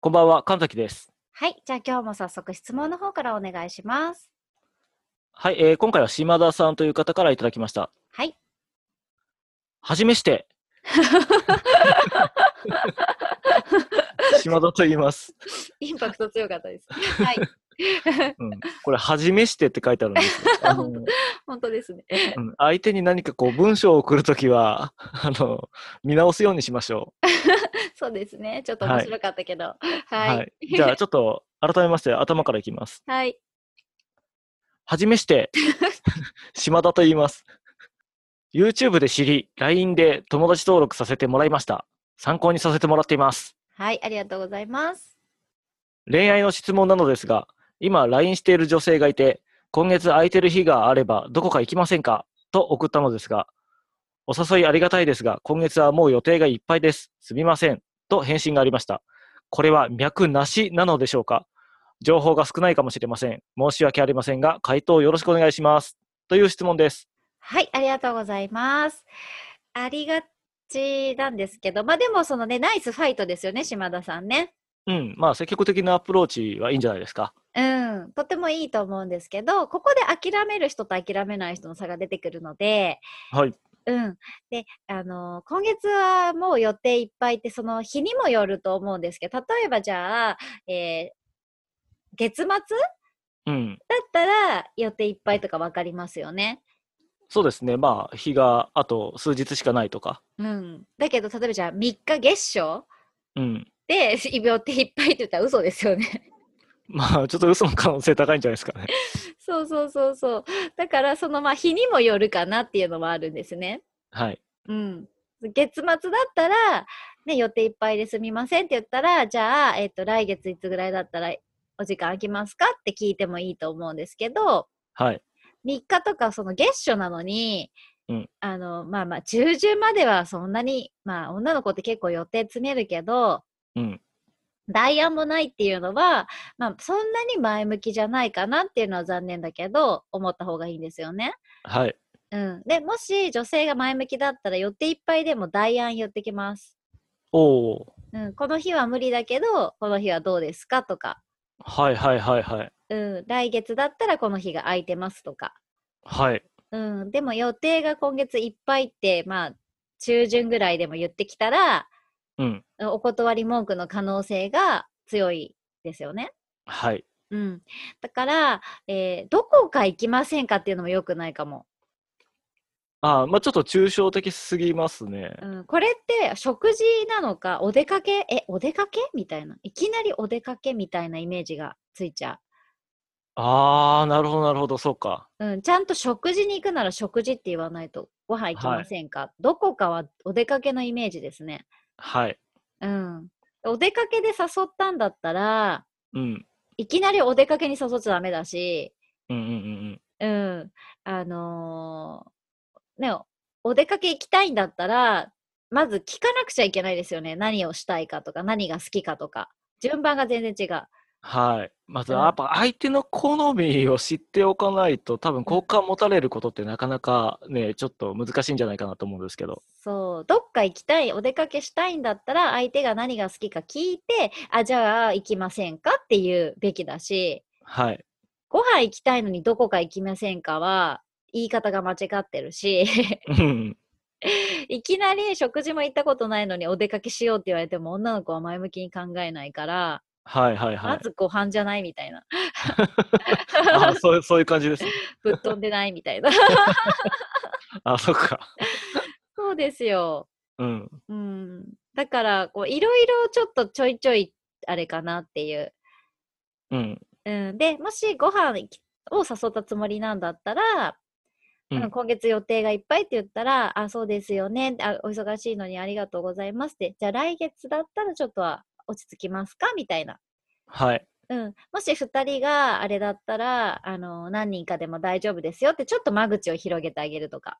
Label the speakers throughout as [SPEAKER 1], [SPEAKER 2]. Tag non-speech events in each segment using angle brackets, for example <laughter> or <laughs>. [SPEAKER 1] こんばんは、神崎です。
[SPEAKER 2] はい、じゃあ今日も早速質問の方からお願いします。
[SPEAKER 1] はい、えー今回は島田さんという方からいただきました。
[SPEAKER 2] <laughs> はい。
[SPEAKER 1] はじめ <laughs> して。島田と言い <laughs> ます。
[SPEAKER 2] インパクト強かったです。 <laughs> はい、
[SPEAKER 1] うん、これ、はじめしてって書いてあるんですよ。 <laughs> あの
[SPEAKER 2] 本当ですね。
[SPEAKER 1] うん相手に何かこう文章を送るときはあの、見直すようにしましょ
[SPEAKER 2] そうですね。ちょっと
[SPEAKER 1] はい
[SPEAKER 2] 面白かったけど。
[SPEAKER 1] う。
[SPEAKER 2] はい。はい。
[SPEAKER 1] じゃあ、ちょっと改めまして、頭からい
[SPEAKER 2] <laughs>
[SPEAKER 1] きます。はじめして、島田と言います。YouTube で知り、LINE で友達登録させてもらいました。参考にさせてもらっています。
[SPEAKER 2] はい、ありがとうございます。
[SPEAKER 1] 恋愛の質問なのですが、今 LINE している女性がいて、今月空いてる日があればどこか行きませんかと送ったのですが、お誘いありがたいですが、今月はもう予定がいっぱいです。すみません。と返信がありました。これは脈なしなのでしょうか情報が少ないかもしれません。申し訳ありませんが、回答よろしくお願いします。という質問です。
[SPEAKER 2] はい、ありがとうございます。ありがちなんですけど、まあでもそのね、ナイスファイトですよね、島田さんね。
[SPEAKER 1] うん、まあ積極的なアプローチはいいんじゃないですか。
[SPEAKER 2] うん、とてもいいと思うんですけど、ここで諦める人と諦めない人の差が出てくるので、
[SPEAKER 1] はい。
[SPEAKER 2] うん。で、あのー今月はもう予定いっぱいって、その日にもよると思うんですけど、例えばじゃあ、えー月末だっ
[SPEAKER 1] うん。
[SPEAKER 2] たら予定いっぱいとかわかりますよね。
[SPEAKER 1] そうですね。まあ日があと数日しかないとか。
[SPEAKER 2] うん。だけど、例えばじゃあ3日月初
[SPEAKER 1] うん。
[SPEAKER 2] で、予定いっぱいって言ったら嘘ですよね。
[SPEAKER 1] まあちょっと嘘の可能性高いんじゃないですかね。
[SPEAKER 2] <laughs> そうそうそうそう。だから、そのまあ日にもよるかなっていうのもあるんですね。
[SPEAKER 1] はい。
[SPEAKER 2] うん、月末だったら、ね、予定いっぱいですみませんって言ったらじゃあ、えっと来月いつぐらいだったらお時間空きますかって聞いてもいいと思うんですけど
[SPEAKER 1] はい。
[SPEAKER 2] 3日とかその月初なのに、
[SPEAKER 1] うん
[SPEAKER 2] あのまあまあ中旬まではそんなに、まあ、女の子って結構予定詰めるけど
[SPEAKER 1] うん。
[SPEAKER 2] 代案もないっていうのは、まあ、そんなに前向きじゃないかなっていうのは残念だけど思った方がいいんですよね。
[SPEAKER 1] はい。
[SPEAKER 2] うん、でもし女性が前向きだったら予定いっぱいでも代案言ってきます。
[SPEAKER 1] おお。
[SPEAKER 2] うん、この日は無理だけど、この日はどうですかとか、
[SPEAKER 1] はいはいはいはい。
[SPEAKER 2] うん、来月だったらこの日が空いてますとか、
[SPEAKER 1] はい。
[SPEAKER 2] うん、でも予定が今月いっぱいって、まあ、中旬ぐらいでも言ってきたら、
[SPEAKER 1] うん。
[SPEAKER 2] うんお断り文句の可能性が強いですよね。
[SPEAKER 1] はい。
[SPEAKER 2] うん、だから、えーどこか行きませんかっていうのも良くないかも。
[SPEAKER 1] ああ、まあちょっと抽象的すぎますね。
[SPEAKER 2] うん、これって食事なのか、お出かけ、え、お出かけみたいな。いきなりお出かけみたいなイメージがついちゃう。
[SPEAKER 1] ああ、なるほどなるほど。そうか。
[SPEAKER 2] うん、ちゃんと食事に行くなら食事って言わないとご飯行き
[SPEAKER 1] はい
[SPEAKER 2] ませんか、どこかはお出かけのイメージですね。
[SPEAKER 1] はい。
[SPEAKER 2] うん。お出かけで誘ったんだったら、
[SPEAKER 1] うん。
[SPEAKER 2] いきなりお出かけに誘っちゃダメだし、
[SPEAKER 1] うんうんうん
[SPEAKER 2] うん。あのーね、おお出かけ行きたいんだったら、まず聞かなくちゃいけないですよね。何をしたいかとか、何が好きかとか。順番が全然違う。
[SPEAKER 1] はい。まず、
[SPEAKER 2] うん
[SPEAKER 1] やっぱ相手の好みを知っておかないと、多分好感持たれることってなかなかね、ちょっと難しいんじゃないかなと思うんですけど。
[SPEAKER 2] そう、どっか行きたい、お出かけしたいんだったら、相手が何が好きか聞いて、あ、じゃあ行きませんかっていうべきだし、
[SPEAKER 1] <laughs> はい。
[SPEAKER 2] ご飯行きたいのにどこか行きませんかは、言い方が間違ってるし、 <laughs>
[SPEAKER 1] うん
[SPEAKER 2] いきなり食事も行ったことないのにお出かけしようって言われても、女の子は前向きに考えないから、
[SPEAKER 1] はいはいは
[SPEAKER 2] ま
[SPEAKER 1] い。
[SPEAKER 2] ずご飯じゃないみたいな。
[SPEAKER 1] あそうそういう感じ <laughs> です。
[SPEAKER 2] <laughs> ぶっ飛んでないみた
[SPEAKER 1] <laughs>
[SPEAKER 2] いな。
[SPEAKER 1] あ、そっか。
[SPEAKER 2] そうですよ。
[SPEAKER 1] うん。
[SPEAKER 2] うん。だから、こう、いろいろちょっとちょいちょい、あれかなっていう。
[SPEAKER 1] うん。
[SPEAKER 2] うん、でもしご飯行きを誘ったつもりなんだったら、
[SPEAKER 1] うん
[SPEAKER 2] あの今月予定がいっぱいって言ったら「あそうですよねあお忙しいのにありがとうございます」って「じゃあ来月だったらちょっとは落ち着きますか?」みたいな、
[SPEAKER 1] はい。
[SPEAKER 2] うん、もし2人があれだったらあの何人かでも大丈夫ですよってちょっと間口を広げてあげるとか、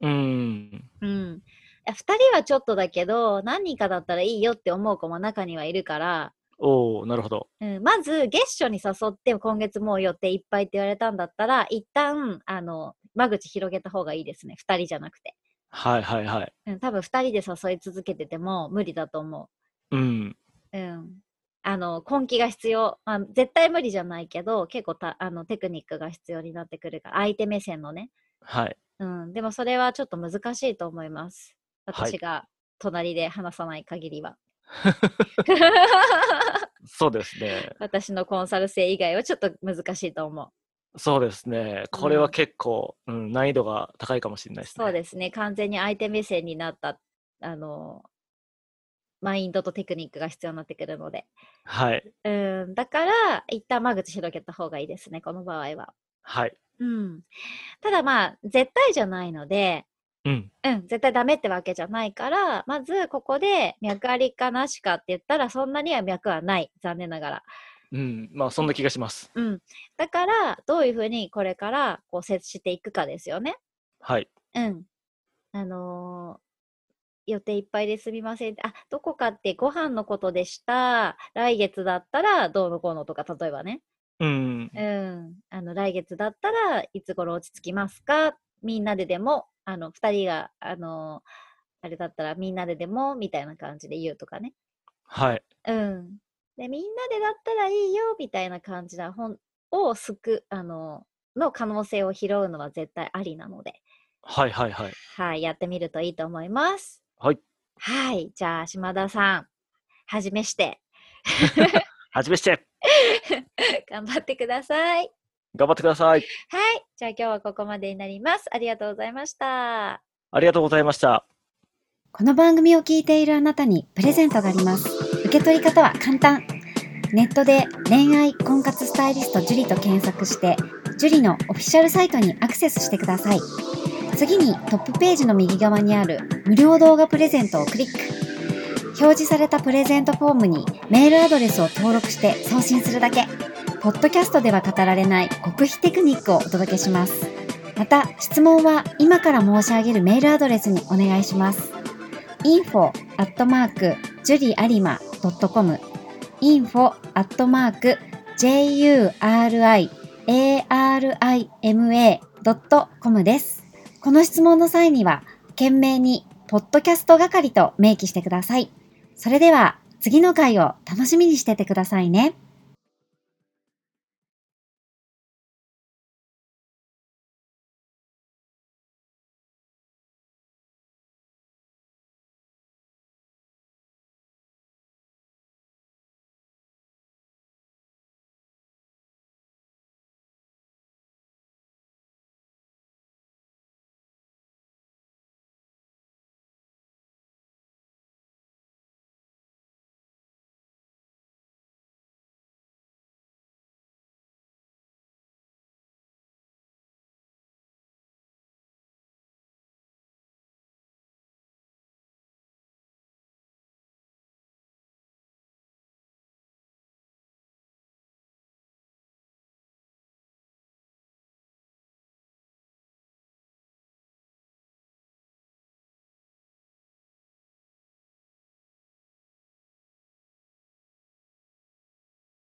[SPEAKER 1] うん。
[SPEAKER 2] うん、2人はちょっとだけど何人かだったらいいよって思う子も中にはいるから、
[SPEAKER 1] おおなるほど。
[SPEAKER 2] うん、まず月初に誘って今月もう予定いっぱいって言われたんだったら一旦あの間口広げた方がいいですね2人じゃなくて、
[SPEAKER 1] はいはいはい。
[SPEAKER 2] うん、多分2人で誘い続けてても無理だと思
[SPEAKER 1] うん。
[SPEAKER 2] う、うん、あの根気が必要、まあ、絶対無理じゃないけど結構たあのテクニックが必要になってくるから相手目線のね、
[SPEAKER 1] はい。
[SPEAKER 2] うん、でもそれはちょっと難しいと思います
[SPEAKER 1] はい
[SPEAKER 2] 私が隣で話さない限
[SPEAKER 1] <laughs>
[SPEAKER 2] りは、 <laughs>
[SPEAKER 1] そうですね。
[SPEAKER 2] 私のコンサル生以外はちょっと難しいと思う
[SPEAKER 1] そうですね。これは結構、うん、難易度が高いかもしれないですね。
[SPEAKER 2] そうですね完全に相手目線になったあのマインドとテクニックが必要になってくるので
[SPEAKER 1] はい。
[SPEAKER 2] うんだから一旦間口広げた方がいいですねこの場合は、
[SPEAKER 1] はい。
[SPEAKER 2] うん、ただまあ絶対じゃないので
[SPEAKER 1] うん。
[SPEAKER 2] うん、絶対ダメってわけじゃないから、まずここで脈ありかなしかって言ったらそんなには脈はない。残念ながら。
[SPEAKER 1] うん。まあ、そんな気がします。
[SPEAKER 2] うん。だから、どういうふうにこれからこう接していくかですよね。
[SPEAKER 1] はい。
[SPEAKER 2] うん。あのー予定いっぱいですみません。あ、どこかってご飯のことでした。来月だったらどうのこうのとか、例えばね。
[SPEAKER 1] うん。
[SPEAKER 2] うん。あの、来月だったらいつ頃落ち着きますかみんなででも、あの、二人が、あのーあれだったらみんなででも、みたいな感じで言うとかね。
[SPEAKER 1] はい。
[SPEAKER 2] うん。で、みんなでだったらいいよ、みたいな感じな本をすく、あのーの可能性を拾うのは絶対ありなので。
[SPEAKER 1] はいはいはい。
[SPEAKER 2] はい、やってみるといいと思います。
[SPEAKER 1] はい。
[SPEAKER 2] はい、じゃあ島田さん、はじめして、
[SPEAKER 1] はじめして
[SPEAKER 2] 頑張ってください。
[SPEAKER 1] 頑張ってください。
[SPEAKER 2] はい、じゃあ今日はここまでになります。ありがとうございました。
[SPEAKER 1] ありがとうございました。
[SPEAKER 2] この番組を聞いているあなたにプレゼントがあります。受け取り方は簡単。ネットで恋愛婚活スタイリスト樹と検索して、樹のオフィシャルサイトにアクセスしてください。次にトップページの右側にある無料動画プレゼントをクリック。表示されたプレゼントフォームにメールアドレスを登録して送信するだけ。ポッドキャストでは語られない極秘テクニックをお届けします。また、質問は今から申し上げるメールアドレスにお願いします。info アットマーク juriarima.com info アットマーク juriarima.com です。この質問の際には、懸命に、ポッドキャスト係と明記してください。それでは、次の回を楽しみにしててくださいね。